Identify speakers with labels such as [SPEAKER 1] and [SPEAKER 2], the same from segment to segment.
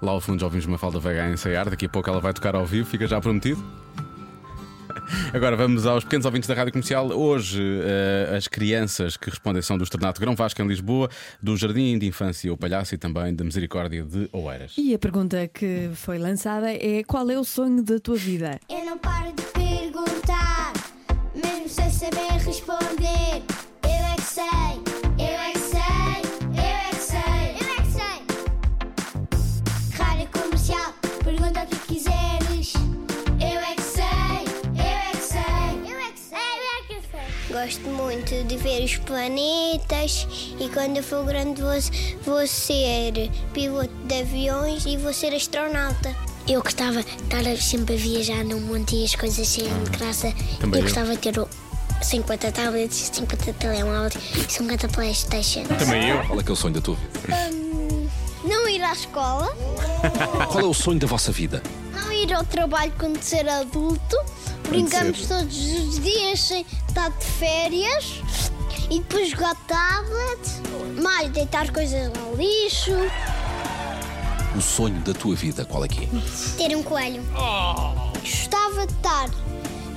[SPEAKER 1] Lá ao fundo já ouvimos uma falda vega a ensaiar, daqui a pouco ela vai tocar ao vivo, fica já prometido. Agora vamos aos pequenos ouvintes da Rádio Comercial. Hoje, eh, as crianças que respondem são do Externato Grão Vasco, em Lisboa, do Jardim de Infância O Palhaço e também da Misericórdia de Oeiras.
[SPEAKER 2] E a pergunta que foi lançada é: qual é o sonho da tua vida?
[SPEAKER 3] Eu não paro de perguntar, mesmo sem saber responder. Eu é que sei, eu é que sei, eu é que sei, eu é que sei. Rádio comercial, pergunta o que quiseres. Eu é que sei, eu é que sei, eu é que sei, eu é que sei. Gosto muito de ver os planetas e quando eu for grande vou, vou ser piloto de aviões e vou ser astronauta. Eu gostava de estar sempre a viajar no mundo e as coisas serem de graça.
[SPEAKER 1] Também
[SPEAKER 3] eu
[SPEAKER 1] eu.
[SPEAKER 3] gostava de ter o 50 tablets, 50 telemóveis e 50 Playstation.
[SPEAKER 1] Também eu.
[SPEAKER 4] Qual é que é o sonho da tua vida?
[SPEAKER 3] Não ir à escola,
[SPEAKER 4] Qual é o sonho da vossa vida?
[SPEAKER 3] não ir ao trabalho quando ser adulto, brincamos todos os dias sem estar de férias e depois jogar tablet, mais deitar coisas no lixo.
[SPEAKER 4] O sonho da tua vida, qual é que é?
[SPEAKER 3] Ter um coelho. Gostava de estar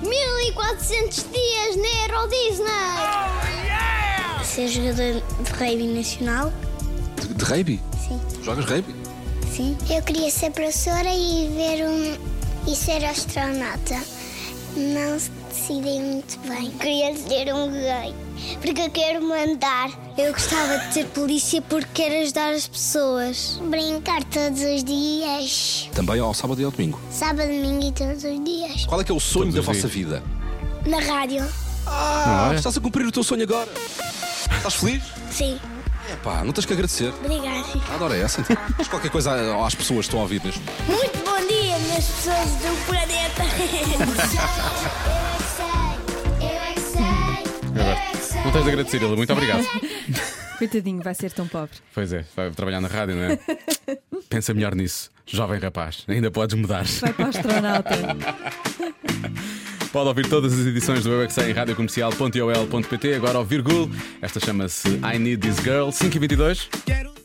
[SPEAKER 3] 1400 dias na Euro Disney. Ser jogador de rugby nacional.
[SPEAKER 4] De, de rugby?
[SPEAKER 3] Sim.
[SPEAKER 4] Jogas rugby?
[SPEAKER 3] Sim. Eu queria ser professora e ver um e ser astronauta. Não decidi muito bem. Queria ser um gay, porque eu quero mandar. Eu gostava de ser polícia porque quero ajudar as pessoas. Brincar todos os dias.
[SPEAKER 4] Também ao sábado e ao domingo.
[SPEAKER 3] Sábado, domingo e todos os dias.
[SPEAKER 4] Qual é que é o sonho
[SPEAKER 1] Todos
[SPEAKER 4] da
[SPEAKER 1] os
[SPEAKER 4] vossa
[SPEAKER 1] dias.
[SPEAKER 4] vida?
[SPEAKER 3] Na rádio?
[SPEAKER 4] Ah,
[SPEAKER 1] Não é?
[SPEAKER 4] estás a cumprir o teu sonho agora. Estás feliz?
[SPEAKER 3] Sim.
[SPEAKER 4] Epá, não tens que agradecer.
[SPEAKER 3] Obrigada.
[SPEAKER 4] Adoro essa. então. Mas qualquer coisa a- às pessoas que estão a ouvir neste.
[SPEAKER 3] Muito bom dia, minhas pessoas do planeta. é
[SPEAKER 1] Eu
[SPEAKER 3] é
[SPEAKER 1] gosto. Não tens de agradecer, Hilda. Muito obrigado.
[SPEAKER 2] Coitadinho, vai ser tão pobre.
[SPEAKER 1] Pois é, vai trabalhar na rádio, não é? Pensa melhor nisso, jovem rapaz. Ainda podes mudar.
[SPEAKER 2] Vai É para o astronauta.
[SPEAKER 1] Pode ouvir todas as edições do EUXA em radiocomercial.ol.pt. Agora ao Virgul. Esta chama-se I Need This Girl 5 e 22.
[SPEAKER 5] Quero